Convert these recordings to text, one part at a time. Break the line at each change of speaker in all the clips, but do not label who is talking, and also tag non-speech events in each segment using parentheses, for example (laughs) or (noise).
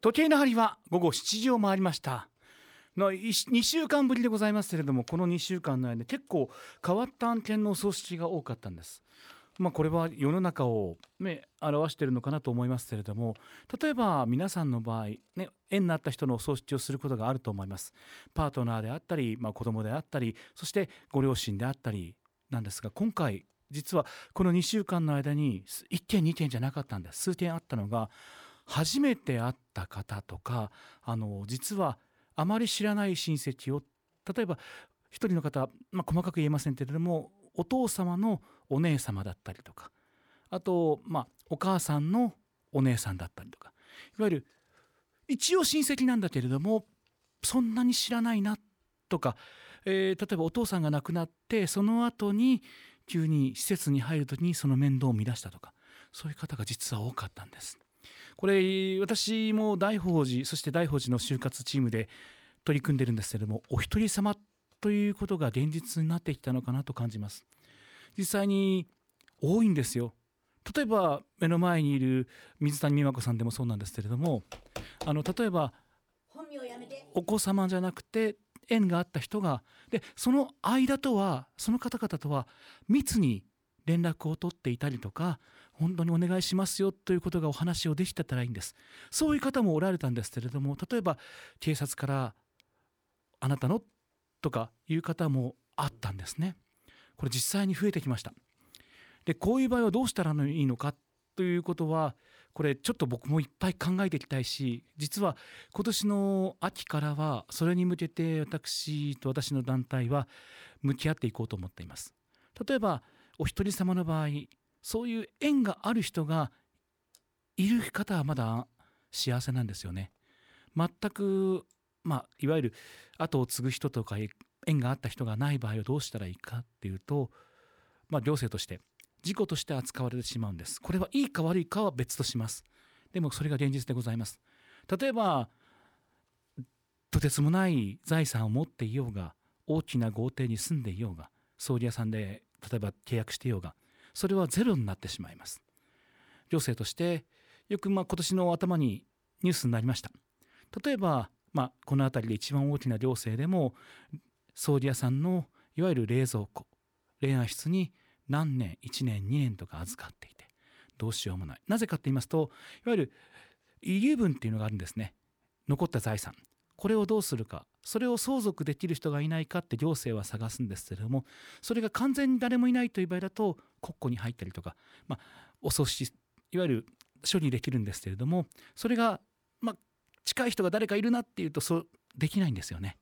時計の針は午後7時を回りましたのい2週間ぶりでございますけれどもこの2週間の間で結構変わった案件のお葬式が多かったんです。まあ、これは世の中を、ね、表しているのかなと思いますけれども例えば皆さんの場合、ね、縁のあった人のお葬式をすることがあると思いますパートナーであったり、まあ、子供であったりそしてご両親であったりなんですが今回実はこの2週間の間に1件2件じゃなかったんです数件あったのが初めて会った方とかあの実はあまり知らない親戚を例えば一人の方、まあ、細かく言えませんけれどもお父様のお姉様だったりとかあと、まあ、お母さんのお姉さんだったりとかいわゆる一応親戚なんだけれどもそんなに知らないなとか、えー例えばお父さんが亡くなってその後に急に施設に入る時にその面倒を見出したとかそういう方が実は多かったんです。これ私も大宝寺そして大宝寺の就活チームで取り組んでるんですけれどもお一人様ということが現実になってきたのかなと感じます実際に多いんですよ例えば目の前にいる水谷美和子さんでもそうなんですけれどもあの例えば
本名やめて
お子様じゃなくて縁があった人がでその間とはその方々とは密に連絡を取っていたりとか本当にお願いしますよということがお話をできてたらいいんですそういう方もおられたんですけれども例えば警察から「あなたの?」とかいう方もあったんですねこれ実際に増えてきましたでこういう場合はどうしたらいいのかということはこれちょっと僕もいっぱい考えていきたいし実は今年の秋からはそれに向けて私と私の団体は向き合っていこうと思っています例えばお一人様の場合そういう縁がある人がいる方はまだ幸せなんですよね全くまあいわゆる後を継ぐ人とか縁があった人がない場合はどうしたらいいかっていうとまあ行政として事故として扱われてしまうんですこれはいいか悪いかは別としますでもそれが現実でございます例えばとてつもない財産を持っていようが大きな豪邸に住んでいようが葬儀屋さんで例えば契約していようがそれはゼロになってしまいます行政としてよくまあ今年の頭にニュースになりました例えば、まあ、この辺りで一番大きな行政でも葬儀屋さんのいわゆる冷蔵庫恋愛室に何年1年2年とか預かっていてどうしようもないなぜかと言いますといわゆる遺留分っていうのがあるんですね残った財産これをどうするかそれを相続できる人がいないかって行政は探すんですけれどもそれが完全に誰もいないという場合だと国庫に入ったりとか、まあ、お葬式いわゆる処理できるんですけれどもそれが、まあ、近い人が誰かいるなっていうとそうできないんですよね。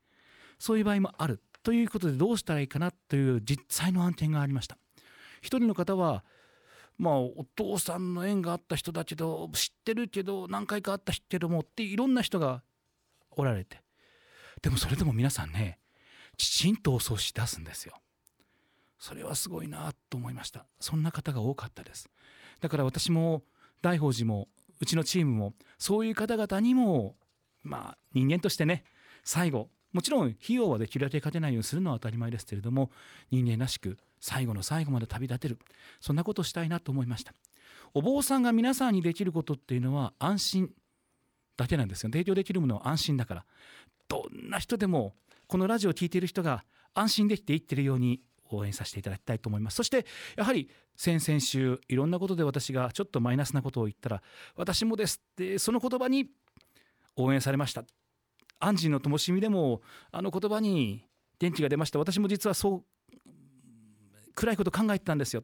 そういう場合もあるということでどうしたらいいかなという実際の案件がありました。一人の方はまあお父さんの縁があった人だけど知ってるけど何回か会った人けどもっていろんな人がおられてでもそれでも皆さんねきちんとお葬式出すんですよそれはすごいなと思いましたそんな方が多かったですだから私も大宝寺もうちのチームもそういう方々にもまあ人間としてね最後もちろん費用はできるだけかけないようにするのは当たり前ですけれども人間らしく最後の最後まで旅立てるそんなことをしたいなと思いましたお坊さんが皆さんにできることっていうのは安心だけなんですよ提供できるものは安心だからどんな人でもこのラジオを聞いている人が安心できていってるように応援させていただきたいと思いますそしてやはり先々週いろんなことで私がちょっとマイナスなことを言ったら私もですってその言葉に応援されましたアンジーの灯火でもあの言葉に元気が出ました私も実はそう暗いこと考えてたんですよ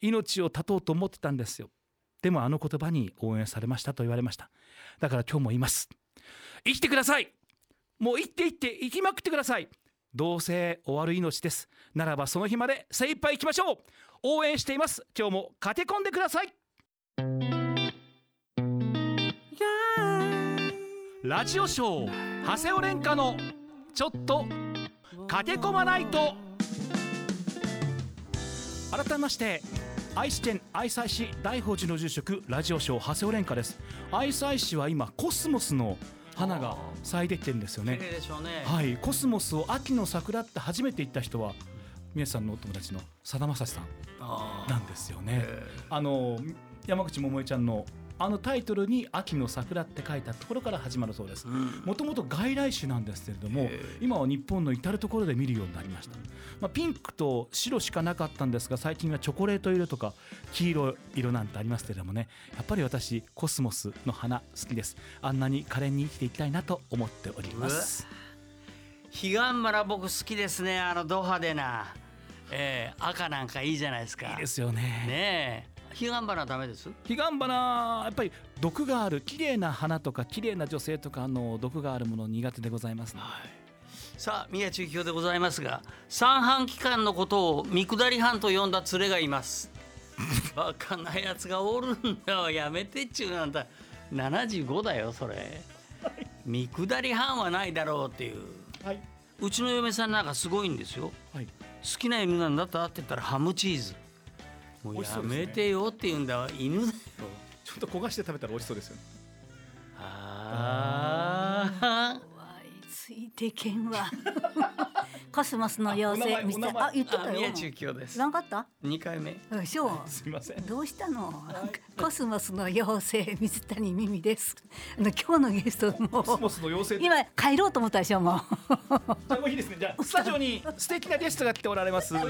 命を絶とうと思ってたんですよでもあの言葉に応援されましたと言われましただから今日も言います生きてくださいもう生きて生きて生きまくってくださいどうせ終わる命ですならばその日まで精一杯生きましょう応援しています今日も駆け込んでくださいラジオショー長谷尾廉歌のちょっと駆け込まないと改めまして愛知県愛西市大宝寺の住職ラジオショー長谷尾廉歌です愛西市は今コスモスの花が咲いてきてるんですよね
綺麗でしょうね。
はい、コスモスを秋の桜って初めて行った人は皆さんのお友達のさだまさしさん
あ
なんですよね。
ー
あの山口百恵ちゃんのあのタイトルに「秋の桜」って書いたところから始まるそうです
うん
もともと外来種なんですけれども
へえ
今は日本の至る所で見るようになりました、まあ、ピンクと白しかなかったんですが最近はチョコレート色とか黄色色なんてありますけれどもねやっぱり私コスモスの花好きですあんなに可憐に生きていきたいなと思っております
ヒガンバラ僕好きですねあのド派手な、えー、赤なんかいいじゃないですか
いいですよね
ねえヒガンバラダメです
ヒガンバナやっぱり毒がある綺麗な花とか綺麗な女性とかあの毒があるもの苦手でございますね
さあ宮地幸雄でございますが三半規管のことを見下り班と呼んだ連れがいます
(laughs)
バカなやつがおるんだわやめてっちゅうなんだ75だよそれ見下り班はないだろうっていう
はい、
うちの嫁さんなんかすごいんですよ
はい、
好きな犬なんだったって言ったらハムチーズも
美
う
味しそ
や
うですね
めてよって言うんだわ犬だよ
ちょっと焦がして食べたら美味しそうですよね
ああ
わいついてけん
(laughs)
わコスモスの妖
あお名
精
前
見せ
お名前
あ言ってたよ
あ宮地幸雄です
なんかあった
2回目
うんそう
すいません
どうしたのコスモスの妖精水谷美美ですあの今日のゲストも
コスモ
う
スの妖精
今帰ろうと思ったでしょも
じゃあもういいですね。じゃ (laughs) あスタジオに素敵なゲストが来ておられます。よ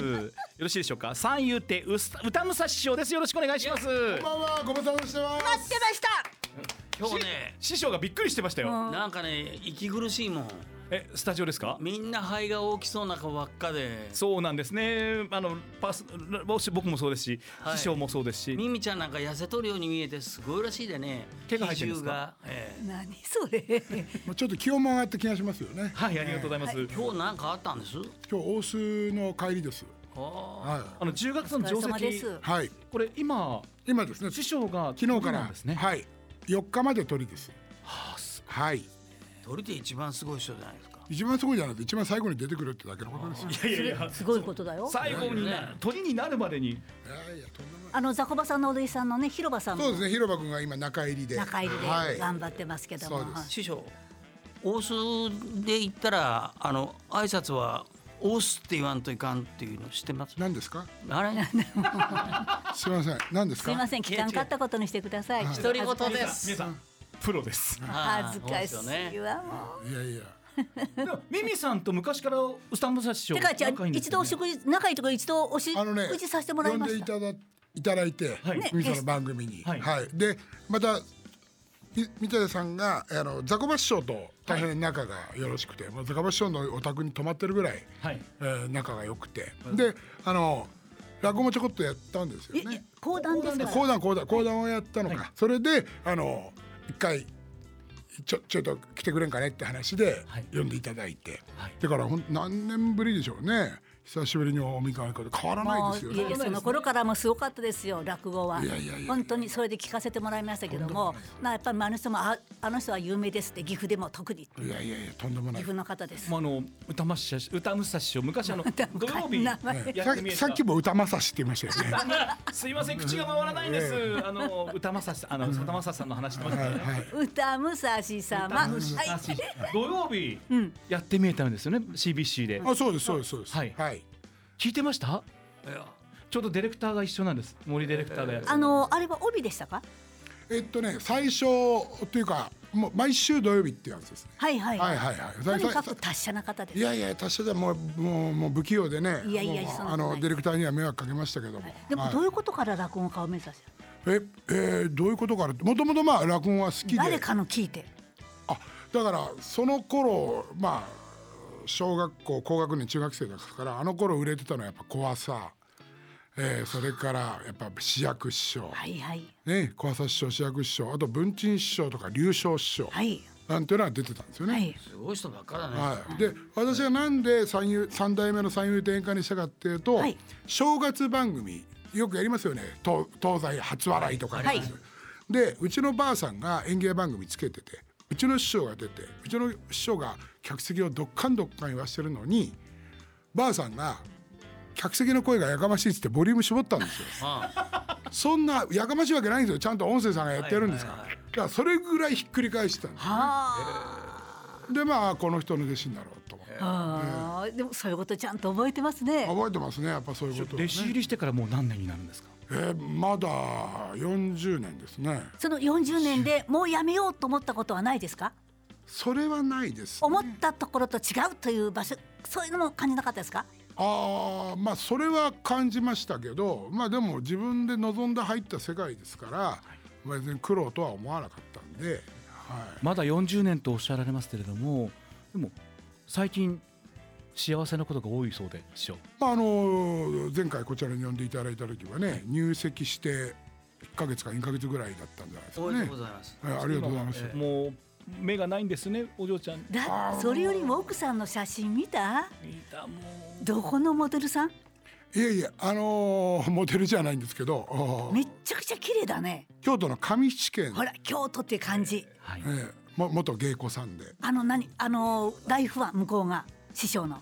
ろしいでしょうか。三遊亭うす歌武蔵師匠です。よろしくお願いします。
こんばんは、ご無沙汰してます。
う出ました
今日ね
師匠がびっくりしてましたよ。
うん
なんかね息苦しいもん
え、スタジオですか？
みんな肺が大きそうな子ばっかで
そうなんですね。あのパスもし僕もそうですし、
はい
師匠もそうですし、
ミミちゃんなんか痩せとるように見えてすごいらしいでね
毛が生えてるんですか
比重がええ
何それ
まあちょっと気温も上がった気がしますよね。
はいありがとうございます。
今日なんかあったんです
今日、大須の帰りです。
あ
は
あの10月
お
の
疲れ
定
様で
石
す、
い。はい。
これ今
今ですね。
師
昨
匠が
日か
な
ら
んですね。
はい。4日まで鳥です。
はあす
はい。
鳥って一番すごい人じゃないですか
一番すごいじゃないです。一番最後に出てくるってだけのことですよ。
いやいや
すごいことだよ
(laughs) 最後にな鳥になるまでに
いやいや、とんでもない。
あのザコバさんのお弟子さんのね広場さんも
そうですね。広場君が今中入りで。
中入り
はい
で。頑張ってますけども、
そうです
師匠大須で行ったらあの挨拶は大須って言わんといかんっていうの知ってます
何ですか。
あれ
すみません。何です
すい
か
ま。せん聞かんかったことにしてください
はい
一人
独り言で
皆
す
さん皆さんプロです。
ああ
恥ずかし
そうです
い
よね
わもう。
いやいや。
でもミミさんと昔からスタン武蔵師匠
てかじゃ
仲
あ
いいんです
一
よね
度お食事仲いいとこ一度おし
あのね。
食事させてもらいま
呼ん
し
でい
た。
ただ、いただいて。
はい
ね
みさんの番組に。
は
はいい、で、また。み三谷さんがあのザコバ師匠と大変仲がよろしくて、もうザコバ師匠のお宅に泊まってるぐらい、
はい
えー仲が良くて、であの落語もちょこっとやったんですよ
ええ
ね
講談ですから。
講談講談講談をやったのか、
はい
それであの一回ちょちょっと来てくれんかねって話で
はい
呼んでいただいて、
はい
だからほん何年ぶりでしょうね久しぶりにお見かけで変わらない
も
ですよ
う
ね
いやいやその頃からもうすごかったですよ落語はい
やいやいや
本当にそれで聞かせてもらいましたけどもまあやっぱりあの人もああの人は有名ですって岐阜でも特に
いやいやいやとんでもな
岐
い
阜の方です
まあ、あの歌武蔵歌武蔵師匠昔あ
(laughs)
の土曜日
名前
やって
さ
みえた
さっきも歌正しって言いまし
(laughs)
たよね。
すいません口が回らないんですあの歌正さんあの佐田正さんの話してましたよね
歌武蔵様
歌武蔵
はい
師匠土曜日
うん
やってみえたんですよね CBC で
あ、そうです、そうです、そうです。
はい聞いてました
いや
ちょうどディレクターが一緒なんです森ディレクターがやって
あのあれは帯でしたか
えっとね、最初というか、もう毎週土曜日ってやつですね。
はいはい
はいはいはい
と
さい
にか
さ
く達者な方です
いやいや、達者でもう、もう、もう不器用でね。
いやいや
もう
そんなこと
あ
な
の、
い
ディレクターには迷惑かけましたけども。
でも
はい
どういうことから落語家を目指す
え、えーどういうことから、もともとまあ、落語は好きで。
誰かの聞いて
あ、だから、その頃、まあ。小学校高学年中学生だからあの頃売れてたのはやっぱ怖さ、えー、それからやっぱ市役師匠、
はいはい
ね、小朝師匠、志らく師匠、あと文珍師匠とか龍昇師匠
はい
なんていうのは出てたんですよね。
は
はいい。
すごい人ばっかだね、
で、私がなんで三遊三代目の三遊亭演歌にしたかっていうと、
はい
正月番組よくやりますよね。東東西初笑いとか、
はい
で、うちのばあさんが演芸番組つけてて、うちの師匠が出て、うちの師匠が客席をどっかんどっかん言わしてるのに、ばあさんが客席の声がやかましいっつってボリューム絞ったんですよ。
あ
そんなやかましいわけないんですよちゃんと音声さんがやってるんですから、
はいはい
だからそれぐらいひっくり返してたんで
は
すでまあこの人の弟子になろうと思って
あああでもそういうことちゃんと覚えてますね
覚えてますねやっぱそういうことをね
弟子入りしてからもう何年になるんですか
えーまだ40年ですね
その40年でもうやめようと思ったことはないですか
それはないです
思ったところと違うという場所そういうのも感じなかったですか
あーまあそれは感じましたけどまあでも自分で望んで入った世界ですからまあ別に苦労とは思わなかったんで、はい、
まだ40年とおっしゃられますけれどもでも最近幸せなことが多いそうで師匠
まああの前回こちらに呼んでいただいた時はね入籍して1ヶ月か2ヶ月ぐらいだったんじゃないです
おめでとう
かね
ございます。
はいありがとうございます
ええ
もう目がないんですねお嬢ちゃん
だそれよりも奥さんの写真見た
見たもう
どこのモデルさん
いやいやあのーモデルじゃないんですけどあー
めっちゃくちゃ綺麗だね
京都の上七軒
ほら京都って感じ
はい
ええも元芸妓さんで
あの何あの大ファン向こうが師匠
(laughs)
の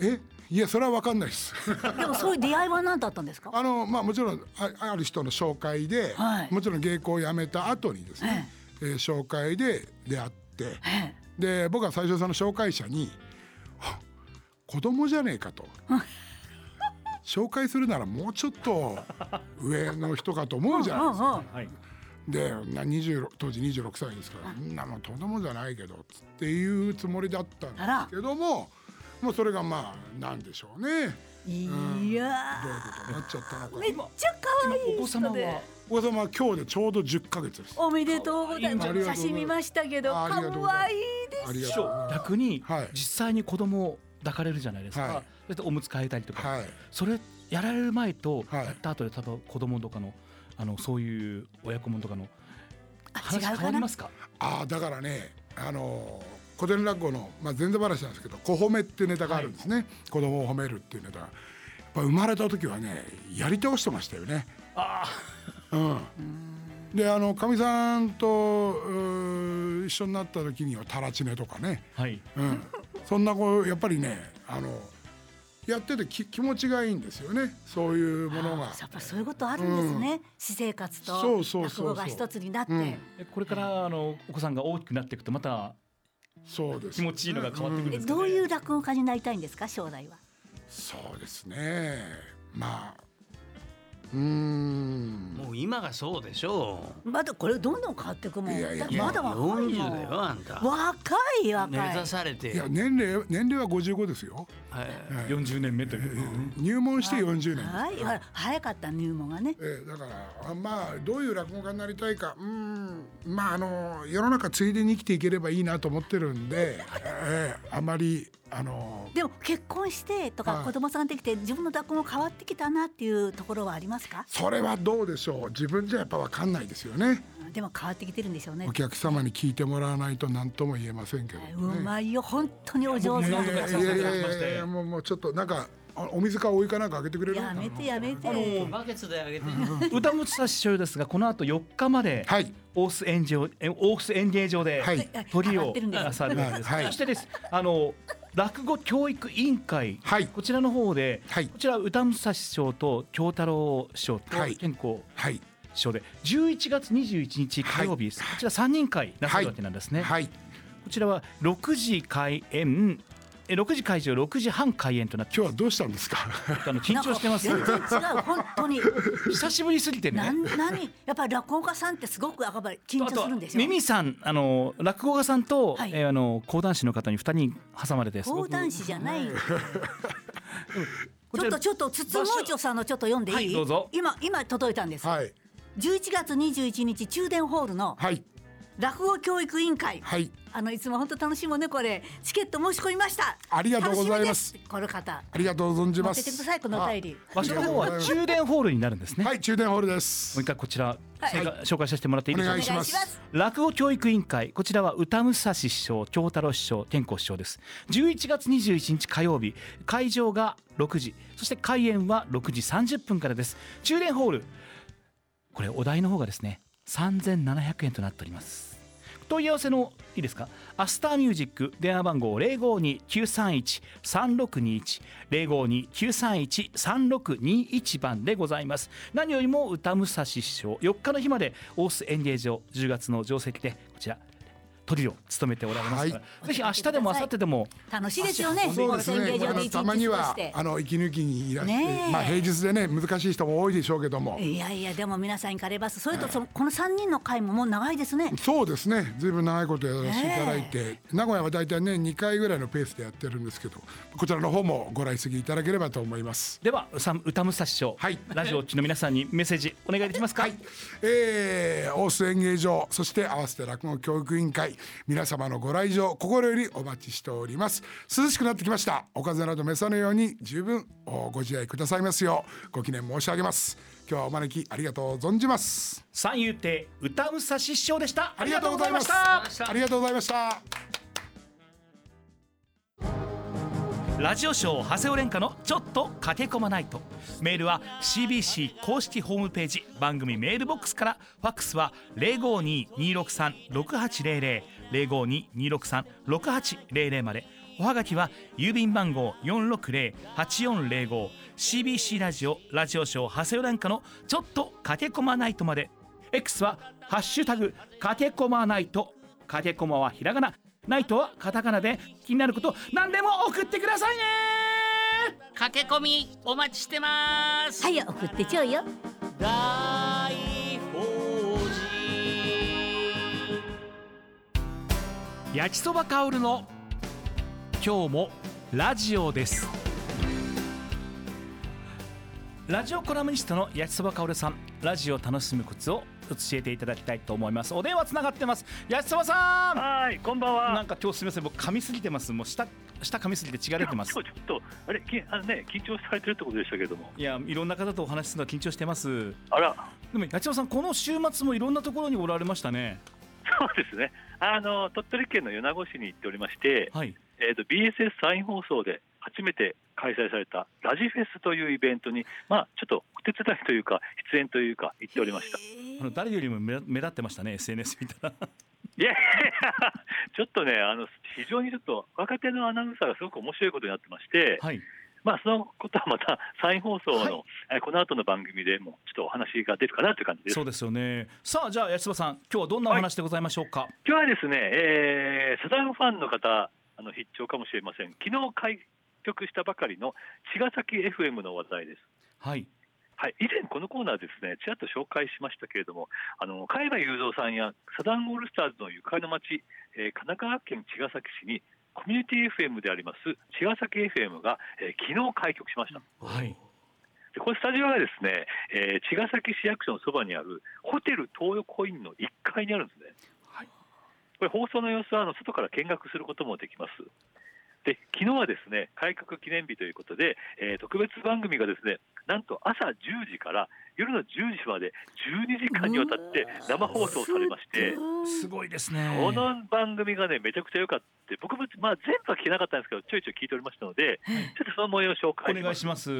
えいやそれは分かんないです (laughs)
でもそういう出会いは何だったんですか
あのまあもちろんあある人の紹介で、
はい
もちろん芸妓を辞めた後にですね、えー紹介で出会って
え
で僕は最初その紹介者には「子供じゃね
(laughs)
えか」と。紹介するならもうちょっと上の人かと思うじゃないですか
うんうんうん
はい
でな26当時26歳ですからんなもんとどもじゃないけどつっていうつもりだったんで
あら
すけどももうそれがまあなんでしょうね
い
どういう
や
ことになっちゃったのか
ーめっちゃ可愛い人で
お子様は
お子様は今日でちょうど10ヶ月です
おめでとうございま
可愛い
す写真見ましたけど
ありがとうございます
可愛いです
ありが
師
とう
匠
ございます
逆に
はい
実際に子供を抱かれるじゃないですか、
はい
それでおむつ替えたりとか、
はい
それやられる前と
はい
やった後で多分子供とかのあのそういう親子もんとかの
あ違
話
うかな
変わりますか
ああだからねあのー古典落語の、まあ、前座話なんですけど「子褒め」ってネタがあるんですね、子供を褒めるっていうネタやっぱ生まれた時はねやり倒してましたよね
あ
うん、であのかみさんとうー一緒になった時にはタラチネとかね、
あはい (laughs)
うん、そんなこうやっぱりねあのやっててき気持ちがいいんですよねそういうものが
やっぱそういうことあるんですね、私生活
そ
と
うそうそう
落
そう
語が一つになって
うん
えこれからあのお子さんが大きくなっていくとまた
そうです、
気持ちいいのが変わってくるん
う
で
え
す
どういう落語家になりたいんですか将来は
そうですねまあうーん
もう今がそうでしょ
まだこれどんどん変わっていくもん
いやいや
だっ
う。
てまだ若い
40
もん
だよあんた。
若い
目
若い
指されて。
いや年齢年齢は55ですよ、
はい
はい
40年目という
入門して40年です
はいほら早かった入門がね
えーだからあまあどういう落語家になりたいかうーんまああの世の中ついでに生きていければいいなと思ってるんで、えーあまりあの
でも結婚してとか
はい
子供さんできて自分の落語変わってきたなっていうところはありますか
それはどうでしょう自分じゃやっぱ分かんないですよね
でも変わってきてるんでしょうね
お客様に聞いてもらわないと何とも言えませんけど
うまいよ本当にお上手
い
な
や
ん
い
で
やいやいやいやいやもうもうちょっとなんかあお水かお湯かなんかあげてくれる
やめてやめ
あの
て
バケツであげて。
歌持さ師匠ですがこの後4日まで
はい
オース演芸場えオース演芸場で、
はい
トリ
上が
を
ってるんです
なさるんです、
はい
そしてですあの落語教育委員会、
はい
こちらの方で、
はい
こちら歌武蔵師匠と京太郎師匠と
はい
健康
はい
師匠で11月21日火曜日、
はい
こちら3人会なさるわけなんですね、
はい
こちらは6時開演え6時会場6時半開演となって
今日はどうしたんですか
あの緊張してます
なんか全然違う本当に
久しぶりすぎてね
なん何やっぱり落語家さんってすごくやっぱり緊
あ
張
と
するんでしょ
ミミさんあの落語家さんと、
はい
えーあの講談師の方に2人挟まれてすご
講
く
談師じゃない (laughs)
こ
ちょ
ち
っ
ら
とちょっと筒もうちょさんのちょっと読んでいい、
はいどうぞ
今今届いたんです、
(laughs) はい
11月21日中電ホールの
はい
落語教育委員会、
はい
あのいつも本当楽しいもんねこれチケット申し込みました
ありがとうございま
楽し
す
みでこの方
ありがとう存じま
待
す
っててくださいこのお便り
場所の方は中電ホールになるんですね、
はい中電ホールです
もう一回こちら、
はい
正解紹介させてもらっていいでしょう
お
か
願
お願
いしま
いします
す
落語教育委員会こちらは歌武蔵師匠京太郎師匠健康師匠です11月21日火曜日会場が6時そして開演は6時30分からです中電ホールこれお題の方がですね3700円となっております問い合わせのいいですかアスターミュージック電話番号0529313621 0529313621番でございます何よりも歌武蔵師匠4日の日まで大須演芸場10月の定石でこちらトリを務めておられますから、ぜひ明日でも明後日でも
楽しいですよね。
そうです
この線
ね。
形
あ
上で
の
一
たまに
日過ご
は
して
あの息抜きにいらして、
ねえ
まあ平日でね難しい人も多いでしょうけども、
いやいやでも皆さんにカレーバスそれとそのこの三人の会ももう長いですね。
そうですね。ずいぶん長いことやらせていただいて、名古屋はだいたいね2回ぐらいのペースでやってるんですけど、こちらの方もご来席いただければと思います。
ではうさ歌武蔵師匠、
はい
ラジオ中の皆さんにメッセージお願いできますか、
はい、えー、大須演芸場そして合わせて落語教育委員会皆様のご来場心よりお待ちしております涼しくなってきましたお風邪など召さぬように十分おご自愛くださいますようご記念申し上げます今日はお招きありがとう存じます
三遊亭歌武蔵師匠でした
ありがとうございまし
ありがとうございま
たありがとうございました
ラジオショー長谷尾廉歌のちょっと駆け込まないとメールは CBC 公式ホームページ番組メールボックスからファックスは0522636800 0522636800までおはがきは郵便番号 460-8405CBC ラジオラジオショー長谷尾廉歌のちょっと駆け込まないとまで X は「ハッシュタグかけこまないと」かけこまはひらがなないとはカタカナで気になること何でも送ってくださいね
駆け込みお待ちしてます
はい送ってちょうよ。
大法事
焼きそばかおるの今日もラジオですラジオコラムニストの焼きそばかおるさんラジオを楽しむコツを教えていただきたいと思いますお電話つながってます焼きそばさん
はい、こんばんは。
なんか今日すみません僕噛みすぎてますもう舌舌噛みすぎて血が出てます
今日ちょっと、あれ、きあのね、緊張されてるってことでしたけども。
いやいろんな方とお話しするのは緊張してます
あら、 (laughs)
でも八千代さんこの週末もいろんなところにおられましたね
そうですね。あの、鳥取県の米子市に行っておりまして、
はい
えっ、と、BSS サイン放送で初めて開催されたラジフェスというイベントに、まあ、ちょっとお手伝いというか、出演というか、行っておりました。
あの誰よりも目目立ってましたね SNS 見たら
いやいやいやちょっとね、あの、非常にちょっと若手のアナウンサーがすごく面白いことになってまして、
はい
まあ、そのことはまた、サイン放送の、
はい
えーこの後の番組でも、ちょっとお話が出るかなという感じです
そう。ですよねさあじゃあ八千代さん今日はどんなお話でございましょうか、
今日はですね、えーサザンファンの方あの必聴かもしれません昨日開局したばかりの茅ヶ崎 FM の話題です、
はい
はい、以前このコーナーですねちらっと紹介しましたけれどもあの海外雄三さんやサザンオールスターズのゆかりの町、えー神奈川県茅ヶ崎市にコミュニティ FM であります茅ヶ崎 FM が、えー昨日開局しました
はい
でこのスタジオがですね、えー茅ヶ崎市役所のそばにあるホテル東横インの1階にあるんですね、
はい
これ放送の様子はあの外から見学することもできますで昨日はですね改革記念日ということで、えー特別番組がですねなんと朝10時から夜の10時まで12時間にわたって生放送されまして
すごいですね
この番組がねめちゃくちゃ良かった僕も、まあ、全部は聞けなかったんですけどちょいちょい聞いておりましたのでちょっとその模様を紹
お
介し
願
ま
い
す
します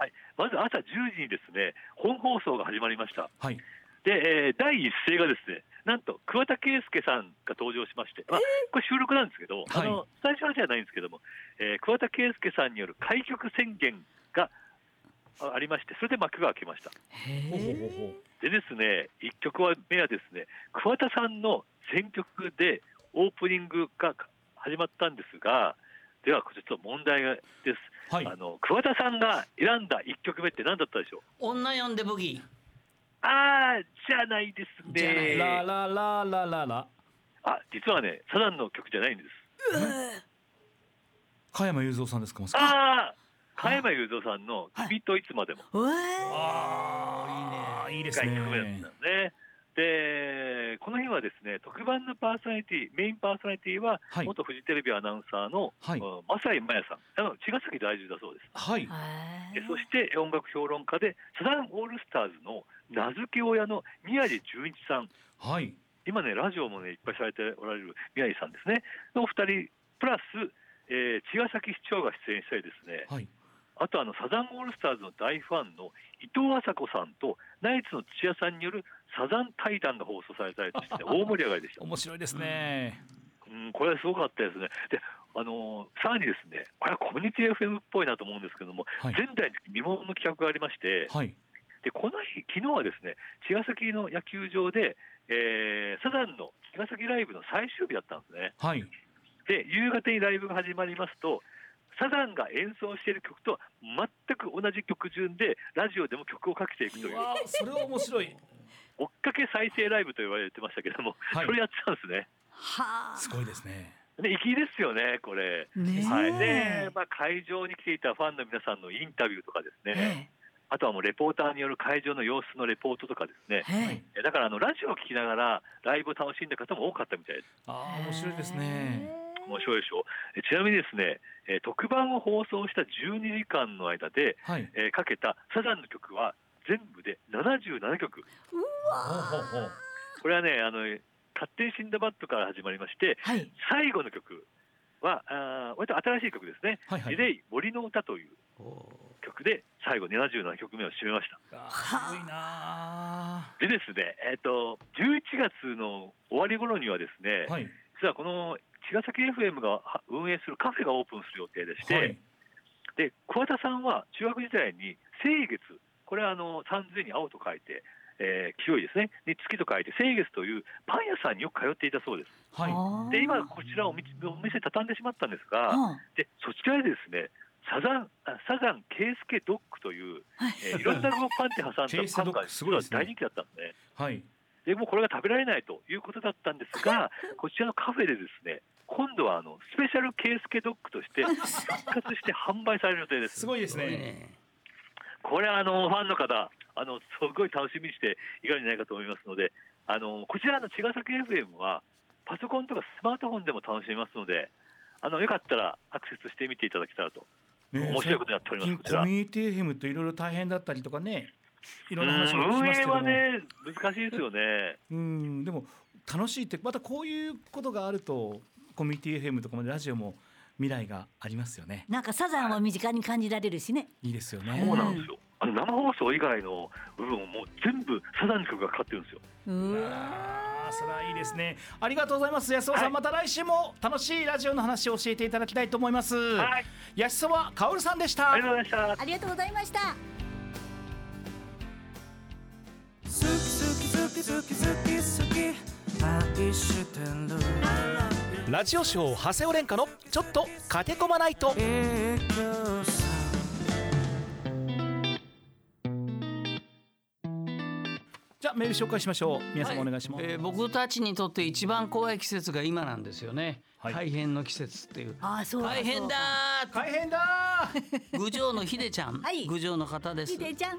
はい、まず朝10時にですね本放送が始まりました
はい
で、えー第一声がですねなんと桑田佳祐さんが登場しまして、まあ、これ収録なんですけど、あのスタジオじゃないんですけども、えー桑田佳祐さんによる開局宣言があありましてそれで幕が開けました
ほうほうほうほう
でですね1曲目はですね桑田さんの選曲でオープニングが始まったんですがではこれちょっと問題です、
はい
あの桑田さんが選んだ1曲目って何だったでしょう
女呼んでブギ
あーじゃないです
じゃない
ララ
ね。
ララララ
あ実はねサザンの曲じゃないんです。
加山雄三さんですかまさか
ああ加山雄三さんの
はい
君といつまでも
うわ
あーいいです
が一曲目だ
ね
ったんですね。でこの日はですね特番のパーソナリティメインパーソナリティは
はい
元フジテレビアナウンサーの、
はい
うん正井真也さんあの茅ヶ崎在住だそうです。
はい
ー。へ
え
ー
そして音楽評論家でサザンオールスターズの名付け親の宮地純一さん
はい
今ね、ラジオもね、いっぱいされておられる宮城さんですね、のお二人、プラス、えー茅ヶ崎市長が出演したりですね、
はい
あとあのサザンオールスターズの大ファンの伊藤麻子さんと、ナイツの土屋さんによるサザン対談が放送されたりと
(laughs)
して、大盛り上がりでした。
面白いですね
うん、これはすごかったですね。で、あのーさらにですね、これはコミュニティ FM っぽいなと思うんですけども、
はい
前代未聞の企画がありまして、
はい
でこの日、昨日はですね茅ヶ崎の野球場で、えーサザンの茅ヶ崎ライブの最終日だったんですね。
はい
で夕方にライブが始まりますとサザンが演奏している曲と全く同じ曲順でラジオでも曲をかけていくという
わーそれは面白い
追っかけ再生ライブと言われてましたけども、
はい
それやってたんですね。
はあ。
すごいですね
で粋ですよねこれ。
ねえ
はい、で、まあ、会場に来ていたファンの皆さんのインタビューとかですね、
え
あとはもうレポーターによる会場の様子のレポートとかですね
え、え
えだからあのラジオを聞きながらライブを楽しんだ方も多かったみたいです。
あ
え
あ面白いですね。
面白いでしょえちなみにですね、えー特番を放送した12時間の間で、
はい
えーかけたサザンの曲は全部で77曲。
ほうほうほう
これはね、あの勝手に死んだバットから始まりまして、
はい。
最後の曲はあー割と新しい曲ですね。
はいは
リ
い
レイ森の歌という
お
曲で最後77曲目を締めました。
ー
あーすごいな
でですね、えっ、と11月の終わり頃にはですね、
ーはい
実はこの茅ヶ崎 FM がは運営するカフェがオープンする予定でして、
はい
で桑田さんは中学時代に清月これはあの三髄に青と書いて、えー、清いですねに月と書いて清月というパン屋さんによく通っていたそうです
はい
い
で今こちらお店お店畳んでしまったんですが、
は
でそちらでですねサザンあサザンケイスケドッグという、えーいろんなロゴをパンって挟んだ
ケイスケ
パ
ドッ
ン
グ
が
すごいですね
大人気だったんですね
はい
でもうこれが食べられないということだったんで
(laughs)
すが、こちらのカフェでですね、今度はあのスペシャルケースケドッグとして復活して販売される予定です。
すごいです
すごい
ね。
ね
これはあのファンの方、あのすごい楽しみにしていかれるんじゃないかと思いますので、あのこちらの茅ヶ崎 FM はパソコンとかスマートフォンでも楽しめますので、あのよかったらアクセスしてみていただけたらと。
ねえ
面白いことやっております
最
こち
近コ
ら
ミュニティヘムといろいろ大変だったりとかねいろんな話も聞き
運
ますけ
営
ども
はね難しいですよね。
うんでも楽しいってまたこういうことがあるとコミュニティ FM とかもラジオも未来がありますよね
(laughs) なんかサザンは身近に感じられるしね。
いいですよ
そう
ね
なんですよ。あの生放送以外の部分をもう全部サザンの曲がかかってるんですよ。
うわ。
あーそれはいいですねありがとうございます安尾さん、また来週も楽しいラジオの話を教えていただきたいと思います、
はい、
安沢薫さんでした
ありがとうございました。
ありがとうございました。
好き好き好き好き好き好き愛してる
ラジオショー長谷尾廉歌のちょっと駆け込まないと
いい子さ
じゃあメール紹介しましょう皆様お願いします、
えー僕たちにとって一番怖い季節が今なんですよね、
はい
大変の季節っていう
ああ、そう
大変だ。
(laughs) 大変だー
ー郡上のひでちゃん、
はい
郡上の方です
ひでちゃん、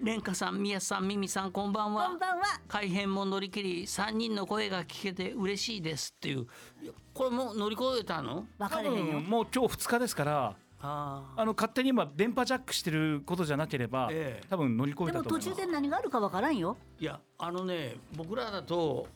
蓮華さん宮さんミミさんこんばんは
こんばんは。
改編も乗り切り3人の声が聞けて嬉しいですっていういやこれもう乗り越えたの
わか
多
れへんよ
分。もう今日2日ですから
あ
あの勝手に今電波ジャックしてることじゃなければ、
ええ
多分乗り越え
で
た
も
と思
途
います
中で何があるかわからんよ。
いやあのね僕らだと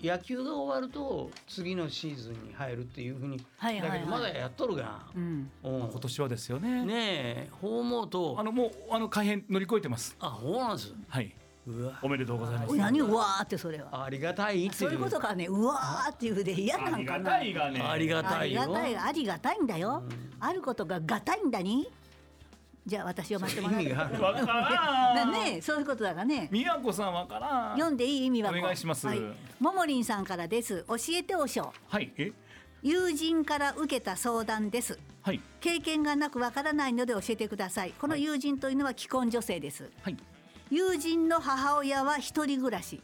野球が終わると次のシーズンに入るっていうふうに、
はいはいはい
だけどまだやっとるが、
うん。
うん
今年はですよね
ねえほうもうと
あのもうあの改変乗り越えてます
あほうなんです
はい
うわ
おめでとうございます
おい何うわーってそれは。
ありがたいっていう
そういうことかね。うわーっていうふうで嫌なんかな。
が
ありが
あ
た
り
いよ
がたいありがたいんだよ。あることががたいんだに。じゃあ私を待ってもら (laughs)
意味がある
わから
う。
ん
ね、そういうことだがね。
宮子さんわからん
読んでいい意味はこう
お願いします
はい、ももりんさんからです教えておしょう
はいえ
友人から受けた相談です
はい
経験がなくわからないので教えてくださいこの友人というのは既婚女性です
はい
友人の母親は一人暮らし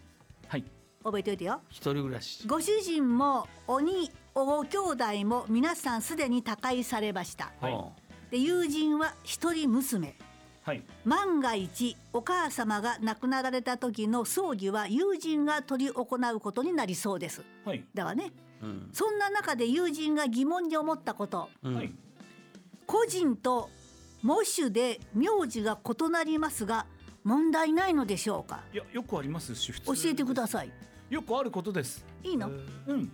はい
覚えておいてよ
一人暮らし
ご主人も鬼ご兄弟も皆さんすでに他界されました
はい
ほ
で友人は一人娘
はい
万が一お母様が亡くなられた時の葬儀は友人が執り行うことになりそうです
はい
だわね
ううん
そんな中で友人が疑問に思ったこと
うん
はい
個人と母種で名字が異なりますが問題ないのでしょうか
いやよくありますし普通
教えてください
よくあることです
いいの
うん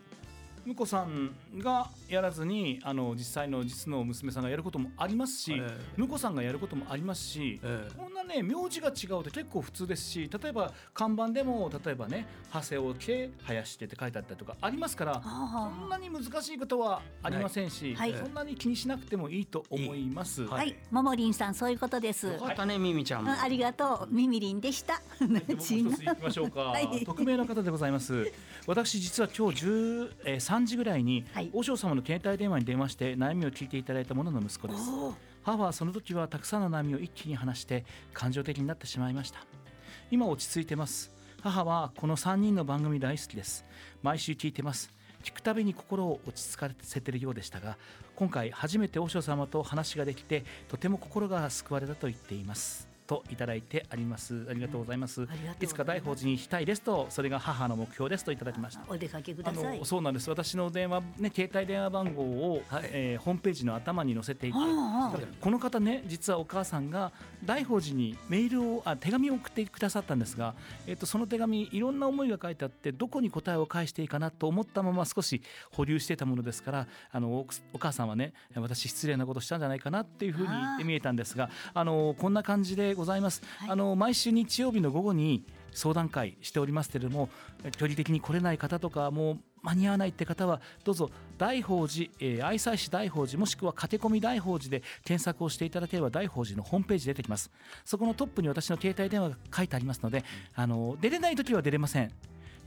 向こさんがやらずにあの実際の実の娘さんがやることもありますし、
ええ
向こさんがやることもありますし、
ええ
こんなね名字が違うって結構普通ですし例えば看板でも例えばね「長谷をけ林手」って書いてあったりとかありますから
あ
そ
は
んなに難しいことはありませんし、
はい
そんなに気にしなくてもいいと思います。
ははい、ももりんさんそういうことです。
よかったね、ミミちゃん
うん
も。
ありがとう、みみりんでした。 (laughs)
でもう一つ行きましょうか、
はい
匿名の方でございます私実は今日10、えー3時ぐらいに、
はい
和尚様の携帯電話に電話して悩みを聞いていただいたものの息子です
おお、
母はその時はたくさんの悩みを一気に話して感情的になってしまいました今落ち着いてます母はこの3人の番組大好きです毎週聞いてます聞くたびに心を落ち着かせてるようでしたが今回初めて和尚様と話ができてとても心が救われたと言っていますといただいてありますありがとうございます、
ありがとうございます
いつか大宝寺に行きたいですとそれが母の目標ですといただきました
お出かけく
あ
ださい
の。そうなんです私の電話、ね、携帯電話番号を、えーホームページの頭に載せていて、
あああ
この方ね実はお母さんが大宝寺にメールをあ手紙を送ってくださったんですが、えっと、その手紙いろんな思いが書いてあってどこに答えを返していいかなと思ったまま少し保留してたものですからあのおお母さんはね私失礼なことしたんじゃないかなっていうふうに言って見えたんですがあのこんな感じでございます。
はい
あの毎週日曜日の午後に相談会しておりますけれどもえ距離的に来れない方とかもう間に合わないって方はどうぞ大宝寺、えー愛妻市大宝寺もしくは駆け込み大宝寺で検索をしていただければ大宝寺のホームページ出てきますそこのトップに私の携帯電話が書いてありますのであの出れない時は出れません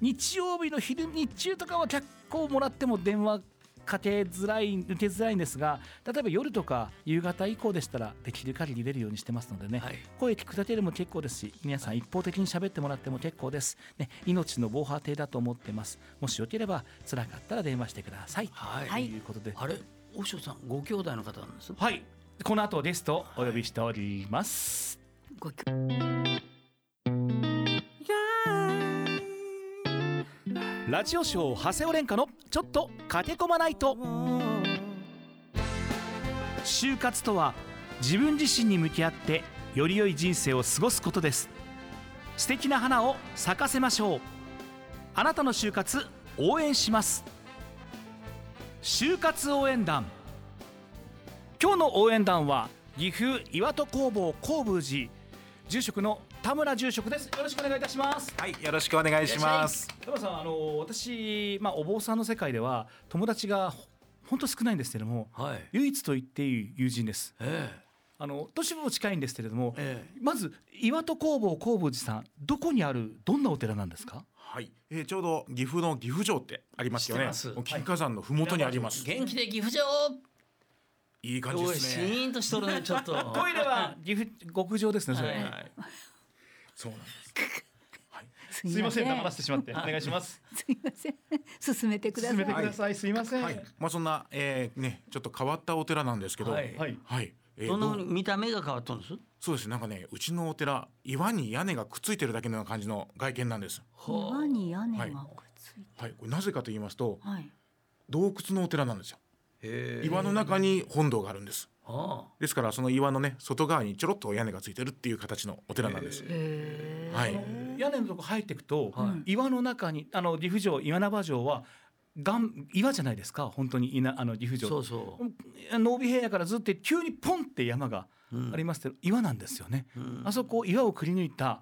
日曜日の昼日中とかは脚光をもらっても電話かけづらい抜けづらいんですが例えば夜とか夕方以降でしたらできる限り出るようにしてますのでね、
はい
声聞くだけでも結構ですし皆さん一方的に喋ってもらっても結構です、ね、命の防波堤だと思ってますもしよければ辛かったら電話してください、
はい
ということで
あれ、おしょさん、ご兄弟の方なんです。
はいこの後ゲストお呼びしております、
ごき
ラジオショー長谷尾廉歌のちょっと駆け込まないと就活とは自分自身に向き合ってより良い人生を過ごすことです素敵な花を咲かせましょうあなたの就活応援します就活応援団今日の応援団は岐阜岩戸工房工部寺住職の田村住職ですよろしくお願いいたします
はい、よろしくお願いします。
田村さん、あの私、まあ、お坊さんの世界では友達がほ本当少ないんですけれども、
はい。
唯一と言っていい友人です。
え
あの年も近いんですけれども
え、ええ。
まず岩戸工房工房寺さん、どこにあるどんなお寺なんですか？
はい、えーちょうど岐阜の岐阜城ってありますよ
知っ
ね。
てます
もう金華山の麓にあります。
元気で岐阜城。
いい感じ
お
で
い、
す
シ
ね。
ーンとしとるね、ちょ
(laughs)
っと。
トイレは岐阜極上ですね。それ。
はい
はい。そうなんです。
す
すいません、
だ
黙らせてしまってお願いします。
すいません。 (laughs) 進めてくださ
進
い。
めてください。すいません。は
はいい。。まあそんな、えーね、ちょっと変わったお寺なんですけど、
は
はいい。
はい
えー
どんな
ど
風
う
に見た目が変わったんです。
そうですねなんかねうちのお寺岩に屋根がくっついてるだけのような感じの外見なんです、
ほう
岩に屋根がくっついて。
はい、これなぜかと言いますと
はい。
洞窟のお寺なんですよ
へえ
岩の中に本堂があるんです
は
ですからその岩のね外側にちょろっと屋根がついてるっていう形のお寺なんです、
へえ。
はい
屋根のとこ入っていくと、
は
岩の中にあの岐阜城岩縄城は岩岩じゃないですか本当に稲あの岐阜
あ。
城
そうそ
濃尾平野からずっと急にポンって山が
う。うん
ありますけど、岩なんですよね、
うん
あそこを岩をくり抜いた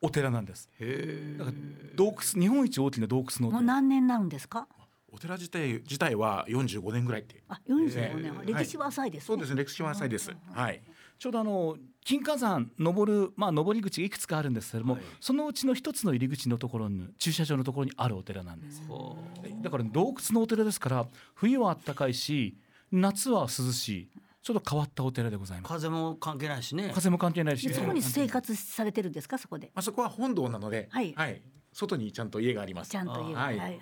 お寺なんです
へえ
だから洞窟日本一大きな洞窟のお
も
寺
う何年になるんですか。
お寺自体自体は45年ぐらいって
あ、四十五
え
年。
ー
歴史は浅いです、ね
そうですね歴史は浅いですはい
ちょうどあの金華山登るまあ登り口がいくつかあるんですけども、
はい
そのうちの一つの入り口のところに駐車場のところにあるお寺なんです
ほう
だから洞窟のお寺ですから冬は暖かいし夏は涼しいちょっと変わったお寺でございます
風も関係ないしね。
風も関係ないし
でそこに生活されてるんですか、そこで。
まあそこは本堂なので、
はい
外にちゃんと家があります
ちゃんと言う。
あはい
はい。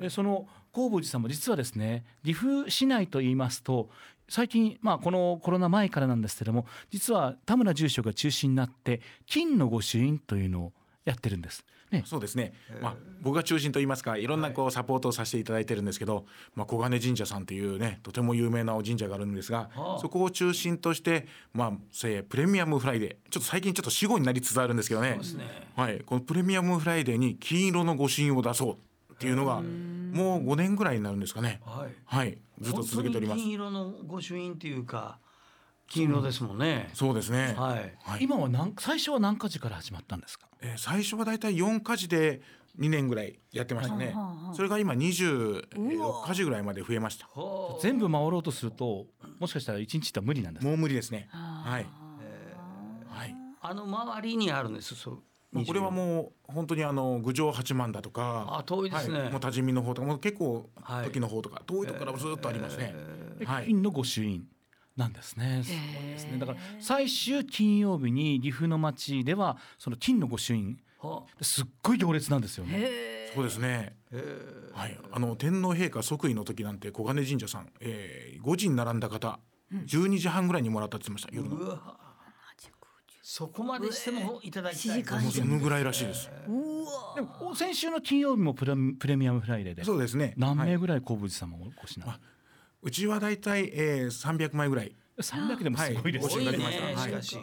でその神保寺さんも実はですね岐阜市内と言いますと最近、まあ、このコロナ前からなんですけども実は田村住職が中心になって金の御朱印というのをやってるんです。ね、
そうですね、まあ、僕が中心といいますかいろんなこうサポートをさせていただいてるんですけど、まあ、小金神社さんというねとても有名なお神社があるんですが
はあ
そこを中心として、まあ、せプレミアムフライデーちょっと最近ちょっと死後になりつつあるんですけどね
そうですね。
はい、このプレミアムフライデーに金色の御朱印を出そうっていうのがもう5年ぐらいになるんですかね
はい
はいずっと続けておりま
本当に
す
金色の御朱印っていうか金色ですもんね、
そうですね、
はい
はい
今は何最初は何か時から始まったんですか
えー最初はだいたい4家事で2年ぐらいやってましたね、それが今26家事ぐらいまで増えました
ほう
全部回ろうとするともしかしたら一日って無理なんですか
もう無理ですねはい
え
はい
ーあの周りにあるんですそう
まあこれはもう本当にあの郡上八幡だと
あ
か
遠いで
は
す
い
ね、
もう多治見の方とかもう結構
はい
時の方とか遠いとこからずっとありますね、
で
はい
金の御朱印なんですね。すごいですね。だから最終金曜日に岐阜の町ではその金の御朱印
は
すっごい行列なんですよね。
そうですね。はい、あの天皇陛下即位の時なんて小金神社さん、えー、5時に並んだ方、12時半ぐらいにもらったって言ってました。夜の
う
も
わそこまでしてもいただきた
えー7
い
時間
うそのぐらいらしいです。
でも先週の金曜日もプラムプレミアムフライデーで
そうですね。
何
は
名
い
ぐらい小渕様をお越しなの、
うちはだいたいえー、300枚ぐらい。
300でもすごいです
多
多
よね
い
い
ねなりま
ね
した
しかし、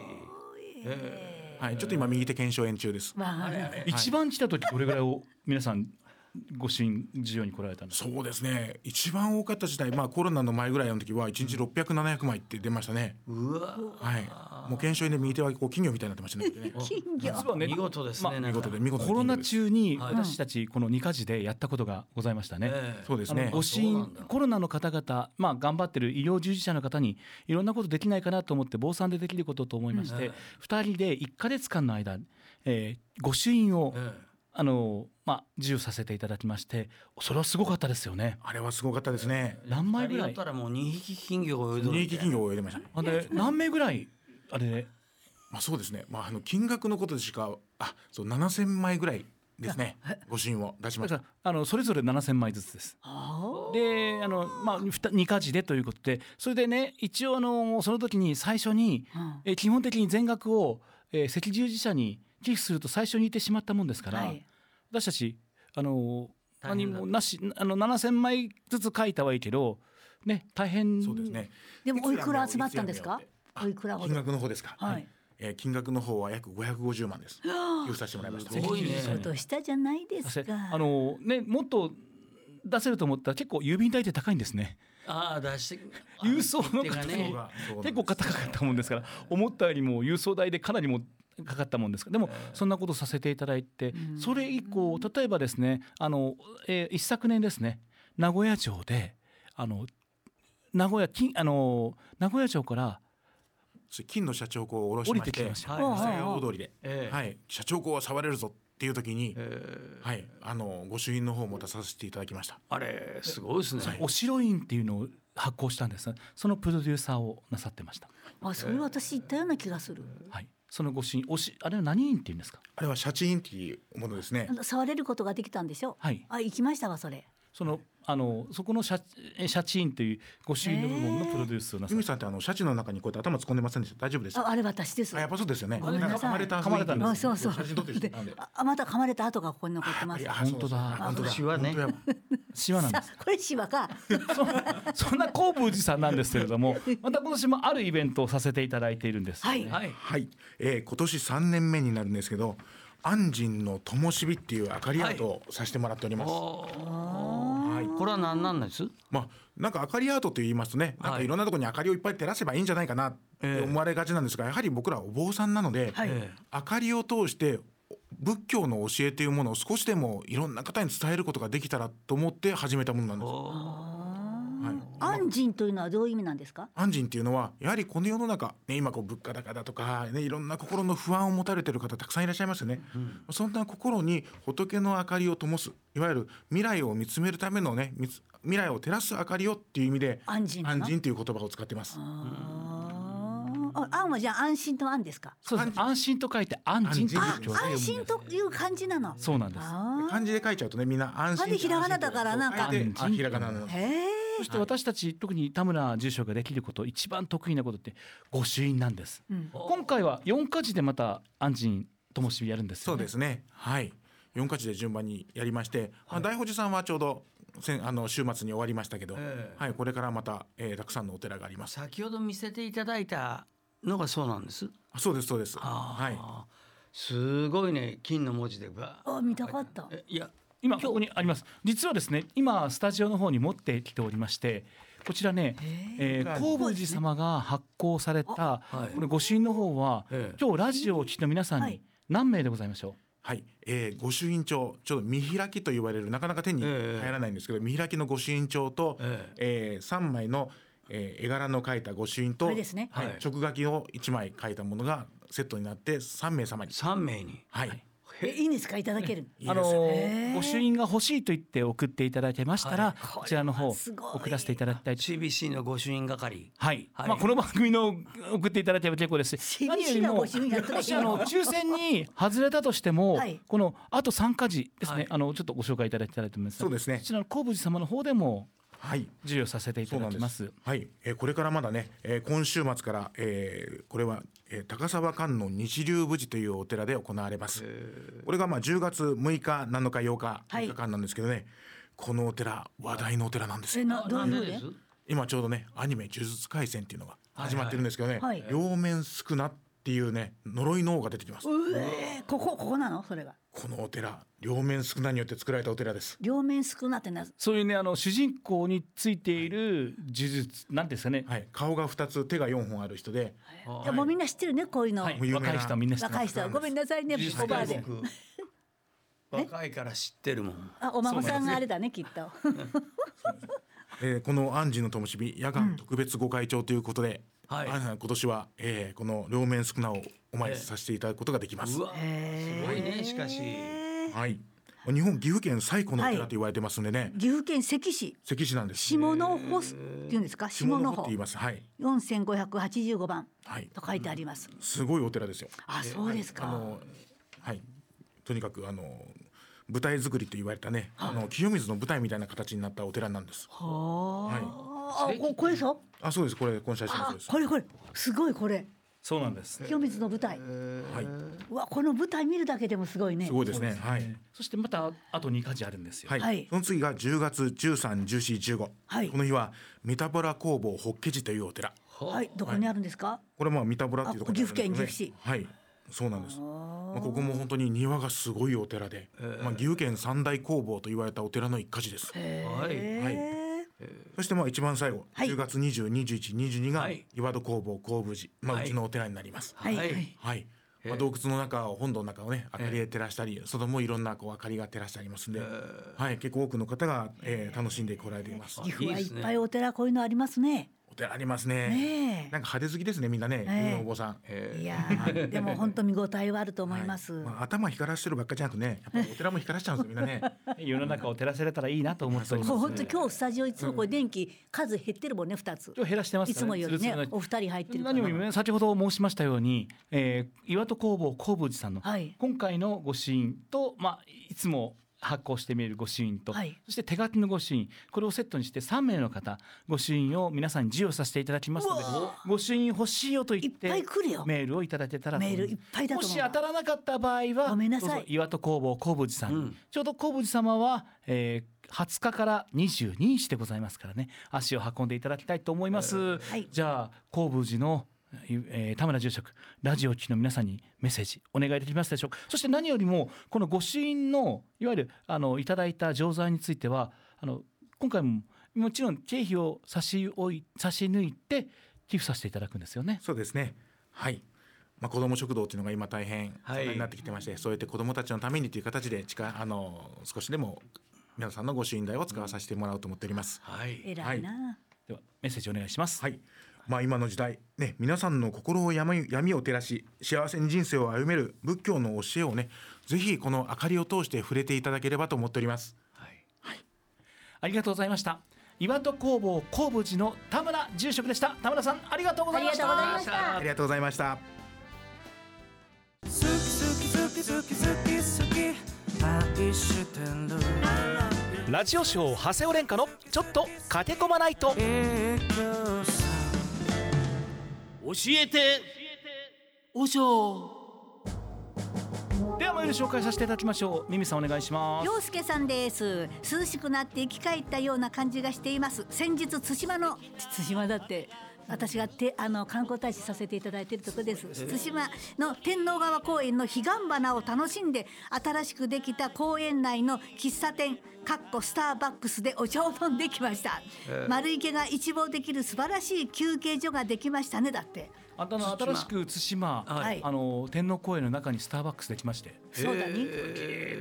はい、ちょっと今右手検証炎中です。
一番来た時どれぐらいを皆さん御朱印需要に来られたんですか
そうですね。一番多かった時代、まあコロナの前ぐらいの時は1日600、700枚って出ましたね。
うわ
はい。もう検証炎で右手はこう金魚みたいになってましたね。
実はね
見事ですね、
まあ
な
見
んか
事で見事な
コロナ中
金魚です。
に
はい
私たちこの2カ事でやったことがございましたね。
ええ
そうです
あの
ね。
ご支
そうな
援
んだ
コロナの方々、まあ、頑張ってる医療従事者の方にいろんなことできないかなと思って坊さんでできることと思いまして、
うん
2人で1か月間の間、えーご朱印を、
え
あのまあ、授与させていただきましてそれはすごかったですよね。
あれはすごかったですね。
何
え、
枚ぐ
や
ら
っ
い
たらもう二匹金魚を泳いどる
二
み
匹
たいな
金魚を泳いでましたね。
あれ何名ぐらいあれで
まあそうですね。まああの金額のことでしかあそう七千枚ぐらいですね。ご支援を出しま
だ
した。
からあのそれぞれ7,000枚ずつです。であの、まあ、2か事でということでそれでね一応あのその時に最初に、えー基本的に全額を、えー赤十字社に寄付すると最初に言ってしまったもんですから、
はい
私たちあの
大
何
変だ
もなしあの7,000枚ずつ書いたはいいけど、ね、大変
そうですね。
でもおいくら集まったんですかおいくらほ
金
ど
額の方ですか。
はい。
えー金額の方は約五百五十万です。寄付させてもらいました。
すごい
赤
ね
十字社に
どうしたじゃないで
出
す
せ
か
あの、ね、もっと出せると思ったら結構郵便代って高いんですね。
ああ出して
郵送の
手が
方
ね
が結構高かったもんですから思ったよりも郵送代でかなりもかかったもんですからでもそんなことさせていただいてそれ以降例えばですねあの、えー一昨年ですね名古屋城であの名古屋金あの名古屋城から
それ金の社長公を下ろし
降り
ま
て
し
き
て
まし、た。
はいはい
大通りで、
ええ
はい社長公は触れるぞっていう時に、
えー
はいあの御朱印の方も出させていただきました。
あれすごいですね
お城院っていうのを発行したんですそのプロデューサーをなさってました。
あそれ私言ったような気がする
はい、その御朱印おしあれは何院っていうんですか。
あれは社チ印っていうものですね
あ。の触れることができたんでしょ
はい
あ行きましたわそれ
そのあのそこの社え社チーンという御朱印の部門のプロデュースをなさ
由
っ
美さんってあのシャチの中にこうやって頭突っ込んでませんでした。大丈夫です
あ
か。
あれ私です
あやっぱそうですよね。
ごめんなさい
んか噛まれた
噛まれたんです
あそうそう
写真撮ってる人いたんで
であまた噛まれた跡がここに残ってます
あ
本当だ
本当だ。
私はね
本当だ
シワなんで
さ
す。
これ芝か
そんな高武寺さんなんですけれども、また今年もあるイベントをさせていただいているんですよね、
はい
はい、えー、今年3年目になるんですけど安心の灯火っていう明かりアートをさせてもらっております、
お
はい
これは何なんです
まあなんか明かりアートと言いますとね、なん
は
か
い
いろんなところに明かりをいっぱい照らせばいいんじゃないかなって思われがちなんですが、やはり僕らお坊さんなので、
はい
え
明かりを通して仏教の教えというものを少しでもいろんな方に伝えることができたらと思って始めたものなんです。はい
安心というのはどういう意味なんですか
安心っていうのはやはりこの世の中、ね、今こう物価高だとか、ね、いろんな心の不安を持たれてる方たくさんいらっしゃいますよね、そんな心に仏の明かりを灯すいわゆる未来を見つめるためのね見つ未来を照らす明かりをっていう意味で
安心な
安心という言葉を使ってます
あーあ安はじゃあ安心と安ですか
そうです。安心と書いて安心という
安
字を読むんで
安
す
心という漢字なの
そうなんです。
あ
漢字で書いちゃうとねみんな安心
あれひらがなだからなんか
あえてあひらがななの
ーへえ
そして私たち、特に田村住職ができること一番得意なことって御朱印なんです。今回は四か事でまた安心ともしびやるんです
そ
よ、
う
ね。
ですね。はい。四か地で順番にやりまして、まあ大宝寺さんはちょうど先あの週末に終わりましたけど、
ええ
はいこれからまた、えーたくさんのお寺があります。
先ほど見せていただいたのがそうなんです
あそうですそうです。
あー
はい。
すごいね金の文字でば
あ見たかった
えいや
今ここにあります実はですね今スタジオの方に持ってきておりましてこちらね、えー、神宮寺様が発行された、
はい
これ御朱印の方は、
ええ
今日ラジオを聴きの皆さん
は
に
い
何名でございましょ
はい、えー、御朱印帳ちょっと見開きと言われるなかなか手に
ええ
入らないんですけど、見開きの御朱印帳と、
え
えー、3枚の、えー、絵柄の書いた御朱印と
これですね
はい
はい
直書きを1枚書いたものがセットになって3名様に。
三名に
はい、
えいいんですかいただける
う
いいですね
あの
へ
ー
え
御朱印が欲しいと言って送っていただけましたら、
はい
こちらの方
これはすごい
送らせていただきたいと
CBC の御朱印係
はい、
はい
まあこの番組の送っていただければ結構です
CBC のご主人やっただ
も
け
しあの抽選に外れたとしても、
はい
このあと参加時ですね、
はい
あのちょっとご紹介いただきたいと思います
そうですね
こちらの神武寺様の方でも
はい
授与させてい
そ
た
うな
だ
ん
き
で
ます
す。はい、えーこれからまだね、えー今週末から、えーこれは、えー高沢観音日流無寺というお寺で行われます。これがまあ10月6日、7日、8日、
はい
3日間なんですけどね、このお寺話題のお寺なんです
え
よ。
など
な
うい
ん
う
で
ふう
で
です
今ちょうどね、アニメ呪術廻戦っていうのが始まってるんですけどね、
はいはい
両面少なっていうね、呪いの王が出てきます。
うえここここなのそれが
このお寺、両面少なによって作られたお寺です。
両面少なってな
そういうねあの主人公についている呪術なんですかね。
はい、顔が2つ、手が4本ある人で、
でもうみんな知ってるねこういうの、
はい
もう有名な
若い人はみんな知ってま
若
す
い人はごめんなさいね
呪術
おばあ
大
で
国 (laughs) 若いから知ってるもん
あお孫さんがあれだねきっと (laughs)
えーこの「安心の灯火夜間特別ご会長」ということで、
はい
あ今年は、えーこの両面宿儺をお参りさせていただくことができます。
うわすごいねしかし
はい、日本岐阜県最古のお寺
はい
と言われてますんでね、
岐阜県関市
関市なんです。
下の穂っていうんですか下
下
の
の穂って言
穂
います。はい、
4585番
はい、
と書いてあります、
すごいお寺ですよ。
あそうですか、
あのはい、とにかくあの舞台作りと言われたね、あの清水の舞台みたいな形になったお寺なんです。は
あここれそう
い、あ、そうです。これこの写真そう
あ
です。
これこれすごいこれ
そうなんです。
清水の舞台
はい、
うわこの舞台見るだけでもすごいね
すごいですね。はい。
そしてまたあと2カ時あるんですよ。
はい、
はい
その次が10月13、14、15、
はい
この日は三田原工房法華寺というお寺
はいどこにあるんですか、
これはまあ三田原っていうところにあるんですけど
あ岐阜県岐阜
はいそうなんですまあ、ここも本当に庭がすごいお寺で、まあ、岐阜県三大工房と言われたお寺の一家寺です、
はい
はい、そしてまあ一番最後、
はい
10月20、21、22が
はい
岩戸工房工部寺、まあ、
はいう
ちのお寺になります、
はい
は
はいい
はい。まあ、洞窟の中を本堂の中をね明かりで照らしたり、外もいろんなこう明かりが照らしてありますんで、はい結構多くの方が、えー楽しんで来られています。
岐阜はい
い
い
です
っ
ね
ぱいお寺こういうのありますね
お寺ありますね。
ねえ
なんか派手好きですねみんなね、
ええ
日本のお坊さん。
いやーでも本当見応えはあると思います、
はい (laughs) まあ、頭光らしてるばっかじゃなくね、や
(laughs)
っぱりお寺も光らしちゃうんですよみんなね。
世の中を照らせれたらいいなと思っております。
もう本当今日スタジオいつもこれ電気数減ってるもんね二
(laughs)
つ
今日減らしてます
い
から
つもより
つるつ
ね
るの
お二人入ってるから
何よりもね先ほど申しましたように、えー、岩戸工房工部寺さんの
はい
今回の御朱印と、まあ、いつも発行して見える御朱印と、
はい
そして手書きの御朱印これをセットにして3名の方御朱印を皆さんに授与させていただきますので
うわ
ご朱印欲しいよと言って
いっぱい来るよ
メールをいただけたらと思います
メールいっぱいだと思う
もし当たらなかった場合は
ごめんなさい
どうぞ岩戸工房工部寺さんに、
うん
ちょうど工部寺様は、えー20日から22日でございますからね足を運んでいただきたいと思います、
はい
じゃあ神宮寺の、えー田村住職ラジオ機の皆さんにメッセージお願いできますでしょうかそして何よりもこの御朱印のいわゆるあのいただいた錠剤についてはあの今回ももちろん経費を差し置い差し抜いて寄付させていただくんですよね。
そうですね。はい。まあ、子ども食堂っていうのが今大変
はい
盛んになってきてまして、そうやって子どもたちのためにという形で近いあの少しでも皆さんのご支援代を使わさせてもらおうと思っております。
はい
偉いな、
ではメッセージお願いします。
はい。まあ今の時代ね皆さんの心を闇闇を照らし幸せに人生を歩める仏教の教えをねぜひこの明かりを通して触れていただければと思っております。
ありがとうございました。岩戸工房工部寺の田村住職でした。田村さんありがとうございました。
ありがとうございました
あり
好き
がとうございました。
好き好き好き好き好き愛してる
ラジオショー長谷尾廉歌のちょっと駆け込まないと。
いくさ
教えておしょ
ではメール紹介させていただきましょうミミさんお願いします
陽介さんです涼しくなって生き返ったような感じがしています先日対馬の対馬だって私がてあの観光大使させていただいているところです対馬の天王川公園の彼岸花を楽しんで新しくできた公園内の喫茶店かっこスターバックスでお茶を飲んできました、丸池が一望できる素晴らしい休憩所ができましたねだって
あとあの
対馬
新しく対馬、
はい
あの天皇公園の中にスターバックスできまして
そうだに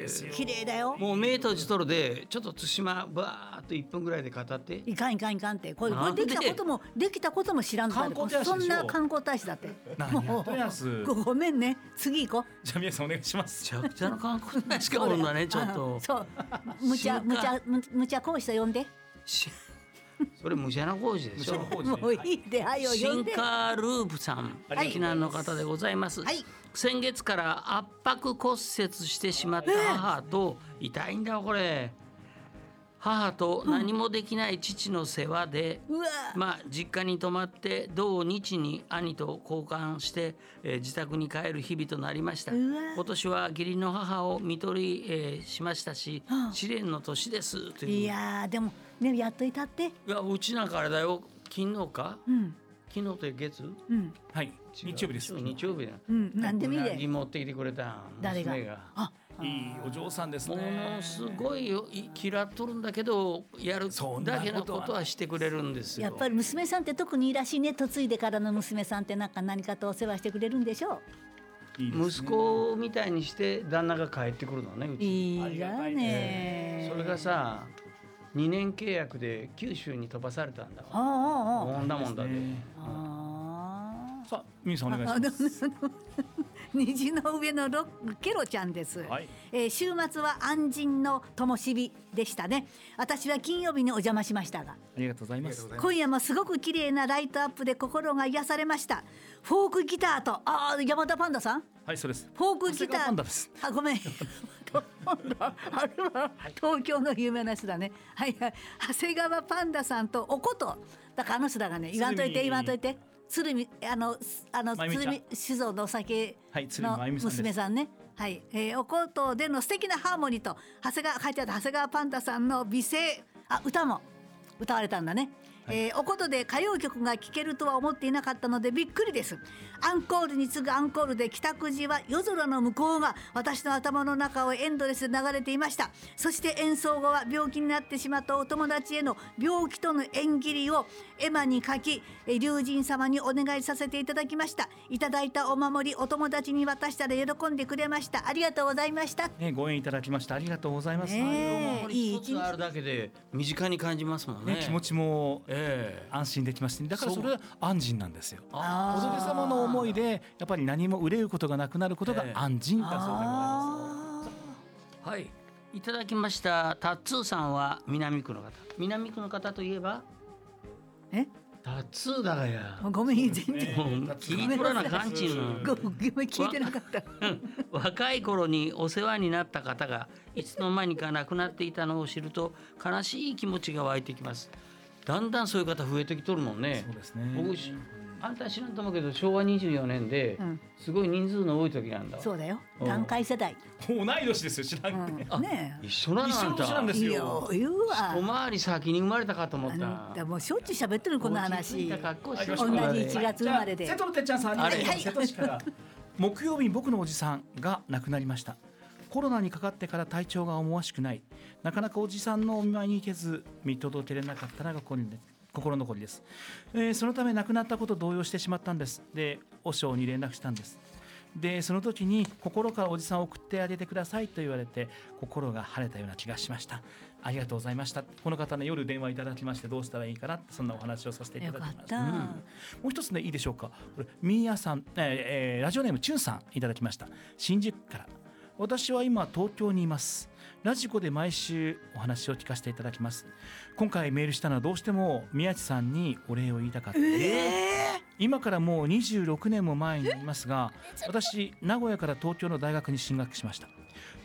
す
綺麗だよ
もう目閉じとるでちょっと対馬ばーっと1分ぐらいで語って
いかんいかんいかんってこれこ
な
れ
んで
できたこともできたことも知らんとか
観光大使でしょ
そんな観光大使だって
何やっとんやす
ごごめんね次行こう
じゃあ皆さんお願いします
めちゃくちゃの観光大使かもんだねちょ
(laughs)
っ
あ
と
そう無茶無茶無無茶講師と呼んで
しそれ無茶な工事でしょ
もういいではいよ
シ
呼ん
ン
で
カーループさん、
はい
避難の方でございます、
はい
先月から圧迫骨折してしまった母と、痛いんだよこれ母と何もできない父の世話で、
うわ
まあ実家に泊まって同日に兄と交換して、えー自宅に帰る日々となりました
うわ
今年は義理の母を看取り、えーしましたし、試練の年ですという
いやーでもねやっといたって
いやうちなんかあれだよ昨日か
うん
昨日って月
うん
はい日曜日です
違う日曜日だ
うん何でもいいう
な
で
ぎ持ってきてくれたん
誰が
娘
あ
いいお嬢さんです
も
ね
のすごいよい嫌っとるんだけどやる
そんな
だけの
ことは
ことはしてくれるんですよ
やっぱり娘さんって特にいいらしいね嫁いでからの娘さんってなんか何かとお世話してくれるんでしょ
いいですね
息子みたいにして旦那が帰ってくるのねう
う
ちに
いいがね
それがさ2年契約で九州に飛ばされたんだわ
あ
こんなもんだで
あああ
さあミンさんお願い
(laughs) あ
し
の (laughs)
ます
虹の上のロケロちゃんです、
はい
えー週末は安心の灯火でしたね私は金曜日にお邪魔しましたが
ありがとうございます
今夜もすごく綺麗なライトアップで心が癒されましたフォークギターとああ山田パンダさん
はいそうです
フォークギタ
長谷川パンダ
ー
です
あごめんあれは東京の有名な人だねはいはい長谷川パンダさんとおことだからあの人だがね言わんといて
鶴見
言わんといて鶴見あのすあの
まゆみち
鶴
ゃん
見酒造のお酒
はい鶴見
の
まゆみさんです
娘さんねはい、えー、おことでの素敵なハーモニーと長谷川書いてあった長谷川パンダさんの美声あ歌も歌われたんだね、えーおことで歌謡曲が聴けるとは思っていなかったのでびっくりですアンコールに次ぐアンコールで帰宅時は夜空の向こうが私の頭の中をエンドレスで流れていましたそして演奏後は病気になってしまったお友達への病気との縁切りを絵馬に書きえー龍神様にお願いさせていただきましたいただいたお守りお友達に渡したら喜んでくれましたありがとうございました
ねご縁いただきましたありがとうございますね
ねえいい
一
一
つ
日
あるだけで身近に感じますもんね
気持ちも
ええ
安心できましてだからそれは安心なんですよ
あ
お仏様の思いでやっぱり何も憂うことがなくなることが
ええ
安心だそうでございます
はいいただきましたタッツーさんは南区の方南区の方といえば
え
タッツーだがや
ごめん全然
もう聞いとらなかんちん
ごごめん聞いてなかった
若い頃にお世話になった方がいつの間にか亡くなっていたのを知ると悲しい気持ちが湧いてきますだんだんそういう方増えてきとるもんね
そうですね
僕しあんた知らんと思うけど昭和24年で
うん
すごい人数の多い時なんだわ、
そうだよ
うん
団塊世代
同い年ですよ知らん
うんね
一緒なの
一緒
あ
の
ん
年なんで
た
す
えい
よ
いよ言うわ
おまわり先に生まれたかと思った
あんたもうしょっちゅう喋ってるこの話
同
は
じ
同じ1月生まれで
じゃあ瀬戸のてっちゃんさん
あれ
はい瀬戸市から木曜日に僕のおじさんが亡くなりましたコロナにかかってから体調が思わしくないなかなかおじさんのお見舞いに行けず見届けれなかったのが心に心残りです、えーそのため亡くなったこと動揺してしまったんですで和尚に連絡したんですでその時に心からおじさんを送ってあげてくださいと言われて心が晴れたような気がしましたありがとうございましたこの方ね夜電話いただきましてどうしたらいいかなってそんなお話をさせていた
よ
だき
か
ま
っ
した
た
もう一つねいいでしょうか。これミーヤさん、えーえーラジオネームチュンさんいただきました。新宿から。私は今東京にいます。ラジコで毎週お話を聞かせていただきます。今回メールしたのはどうしても宮地さんにお礼を言いたかった。今からもう26年も前になりますが、私名古屋から東京の大学に進学しました。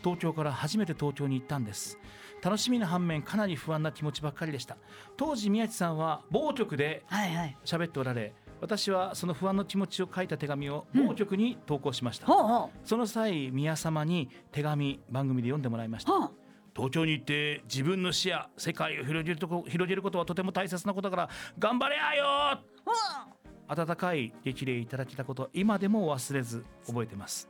東京から初めて東京に行ったんです。楽しみな反面かなり不安な気持ちばっかりでした。当時宮地さんは某局で
はいはい
喋っておられ私はその不安の気持ちを書いた手紙を某局に投稿しました、
ほうほう
その際宮様に手紙番組で読んでもらいました
ほう
東京に行って自分の視野世界を広げるとこ広げることはとても大切なことだから頑張れやよ温かい激励いただけたこと今でも忘れず覚えてます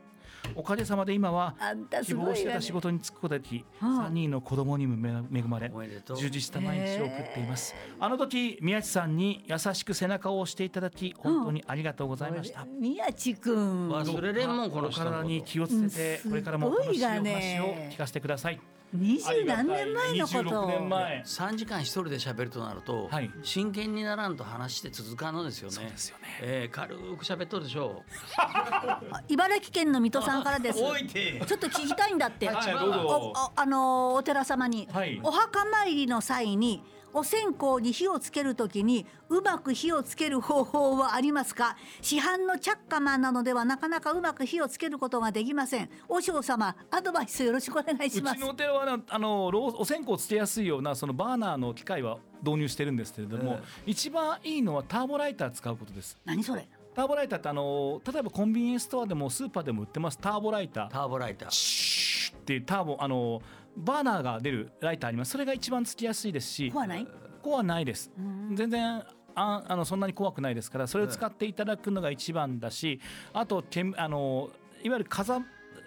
おかげさまで今は
あんた
希
すご
望
い
して
わね
た仕事に就くことができ
うん
3人の子供にも恵まれ
おめでとう
充実した毎日を送っていますあの時宮地さんに優しく背中を押していただき本当にありがとうございました
宮地くん
忘れれんもんこの
お
人の
体に
こ
気をつけて
うん
これからも楽しいお
すごい
話
わ
を
ね
聞かせてください
二十何年前のこと
26年前
と3時間一人で喋るとなると、
はい
真剣にならんと話して続かんのですよね
そうですよね
えー軽く喋っとるでしょ
あ茨城県の水戸さんからです
うおいて
ちょっと聞きたいんだって、
はいどうぞ
おおあのーお寺様に、
はい
お墓参りの際にお線香に火をつけるときにうまく火をつける方法はありますか市販のチャッカマンなのではなかなかうまく火をつけることができません和尚様アドバイスよろしくお願いう
ち
します
のお寺はねあのろうお線香をつけやすいようなそのバーナーの機械は導入してるんですけれども、一番いいのはターボライター使うことです
何それ
ターボライターってあの例えばコンビニエンスストアでもスーパーでも売ってますターボライター
ターボライター
シュッっていうターボあのバーナーが出るライターありますそれが一番つきやすいですし
怖ない
怖ないです
ん
全然ああのそんなに怖くないですからそれを使っていただくのが一番だしあとけんあのいわゆる風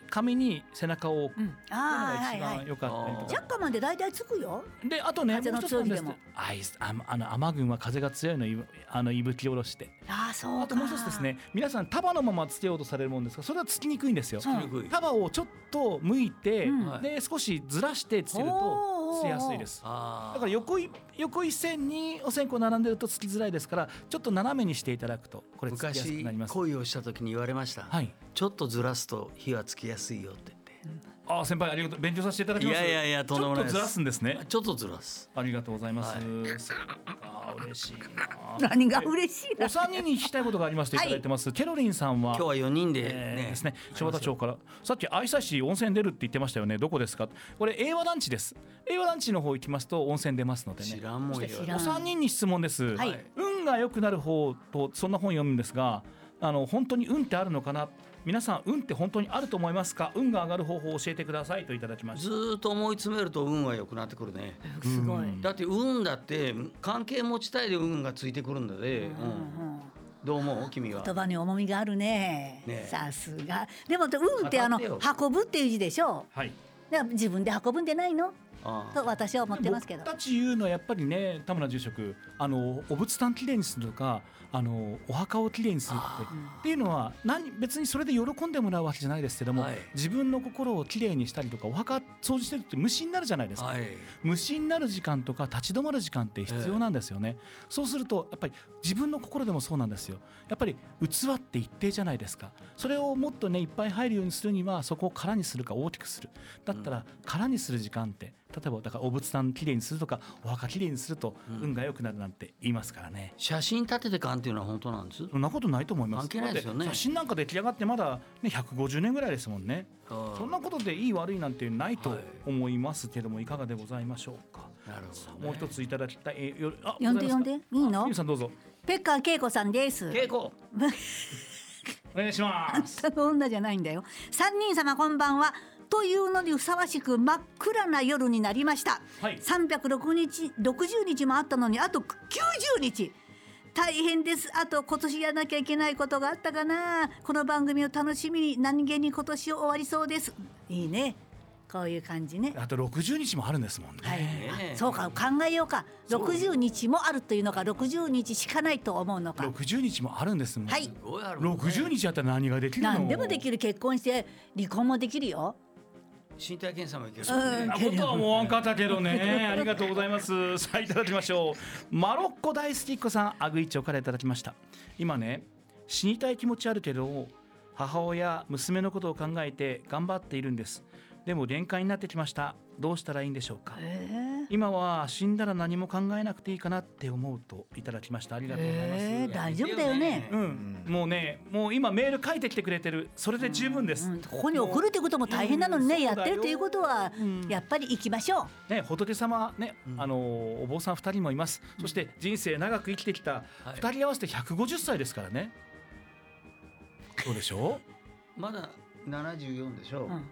紙に背中を置くの
あ
が
あはい
一
は
番
い
良かったりとか
チャッカマンで大体つくよ
であとねもう
風の
一つなんです
強い日でも
アイスああの雨群は風が強いのいあのいぶき下ろして
ああそうか
あともう一つですね皆さん束のままつけようとされるもんですがそれはつきにくいんですよ
そう
にくい
束をちょっと向いて、
うん
で少しずらしてつける
お
と
ー
つけやすいです
あ
だから横い横一線にお線香並んでるとつきづらいですからちょっと斜めにしていただくとこれつきやすく
昔
なります
恋をした時に言われました、
はい
ちょっとずらすと火はつきやすいよって言っ
あー先輩ありがとう勉強させていただき
てい
ます
やいやいやとんでもないで
ちょっとずらすんですね
ちょっとずらす
ありがとうございます、
は
そうか嬉しいな
何が嬉しい
お
な
三人に聞きたいことがありましていただいてます、ケロリンさんは
今日は四人でね,、
えーですね柴田町からさっき愛西市温泉出るって言ってましたよねどこですかこれ英和団地です英和団地の方行きますと温泉出ますのでね
知らんもんよ
そして
知らん
お三人に質問です、
はい
運が良くなる方とそんな本読むんですがあの本当に運ってあるのかな皆さん運って本当にあると思いますか運が上がる方法を教えてくださいといただきまし
ず
た
ーっと思い詰めると運は良くなってくるね
すごい、
だって運だって関係持ちたいで運がついてくるんだで、うん
うん
どう思う君は
言葉に重みがあるね
ねえ
さすがでも運ってあの
当たっ
運ぶっていう字でしょ
はい
だから自分で運ぶんでないの
ああ
と私は思ってますけど
僕たち言うのはやっぱりね田村住職あのお仏壇きれいにするとかあのお墓をきれいにするってっていうのは何別にそれで喜んでもらうわけじゃないですけども、
はい
自分の心をきれいにしたりとかお墓掃除してるって無心になるじゃないですか。
はい
無心になる時間とか立ち止まる時間って必要なんですよね、そうするとやっぱり自分の心でもそうなんですよやっぱり器って一定じゃないですかそれをもっとねいっぱい入るようにするにはそこを空にするか大きくするだったら空にする時間って例えばだからお仏壇きれいにするとかお墓きれいにすると運が良くなるなんて言いますからね、
写真立ててかんっていうのは本当なんです
そんなことないと思います
関係ないですよね
だって写真なんか出来上がってまだ、ね、150年ぐらいですもんね
そ
そんなことでいい悪いなんてないと
はい
思いますけどもいかがでございましょうか、
なるほど、ね、
もう一ついただきたい。えよあ
呼んで呼んでいいの
ゆうさんどうぞ。
ペッカー恵子さんです
稽古
お願いします。
その女じゃないんだよ三人様こんばんはというのにふさわしく真っ暗な夜になりました、
はい
360日60日もあったのにあと90日大変ですあと今年やらなきゃいけないことがあったかなこの番組を楽しみに何気に今年を終わりそうですいいねこういう感じね
あと60日もあるんですもんね。
はい、
ね
あそうか考えようか60日もあるというのか60日しかないと思うのか
60日もあるんですもん。
はい
すごいあるもんね
60日あったら何ができるの？
何でもできる結婚して離婚もできるよ
身体検査もいけるもんね
うん
なことは思わんかったけど
(laughs)
ね。ありがとうございます。さあいただきましょう。マロッコ大好きっ子さん、アグイチョからいただきました。今ね、死にたい気持ちあるけど、母親、娘のことを考えて頑張っているんです。でも限界になってきました。どうしたらいいんでしょうか。今は死んだら何も考えなくていいかなって思うといただきました。ありがとうございます。
えー大丈夫だよね
う。ん、もうね、もう今メール書いてきてくれてる、それで十分です。
うんここに送るってことも大変なのにね、
うん
やってるということは、
ん
やっぱり行きましょう。
ね、仏様ね、あのお坊さん二人もいます。そして人生長く生きてきた
はい
二人合わせて150歳ですからね。そうでしょう。
まだ74でしょう、
うん
うん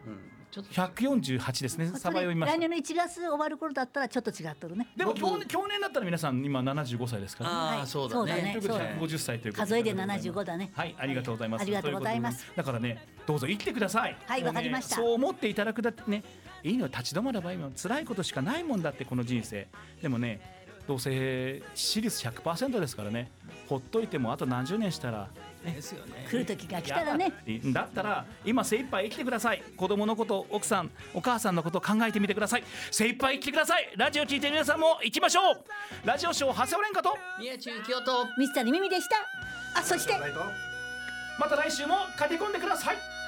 ちょっと
148ですね。さば読みま
来
した。
年の1月終わる頃だったらちょっと違っとるね
でも去年去年だったら皆さん今75歳ですから。
あ
は
あ
い
そうだね
ということで150歳ということ
数えで75だね
はい、ありがとうございます。
ありがとうございま
と
す
うことでだからね、どうぞ生きてください。
はい
もうね
わかりました
そう思っていただくだってね、いいのよ立ち止まれば今辛いことしかないもんだってこの人生。でもね、どうせ致死率100%ですからね、ほっといてもあと何十年したら。
ですよね
来る時が来たらね
いやだったら今精一杯生きてください子供のこと奥さんお母さんのことを考えてみてください精一杯生きてくださいラジオ聞いてる皆さんも行きましょうラジオショー長谷尾廉歌と
宮中京都
水谷美美でしたあそして
また来週も駆け込んでください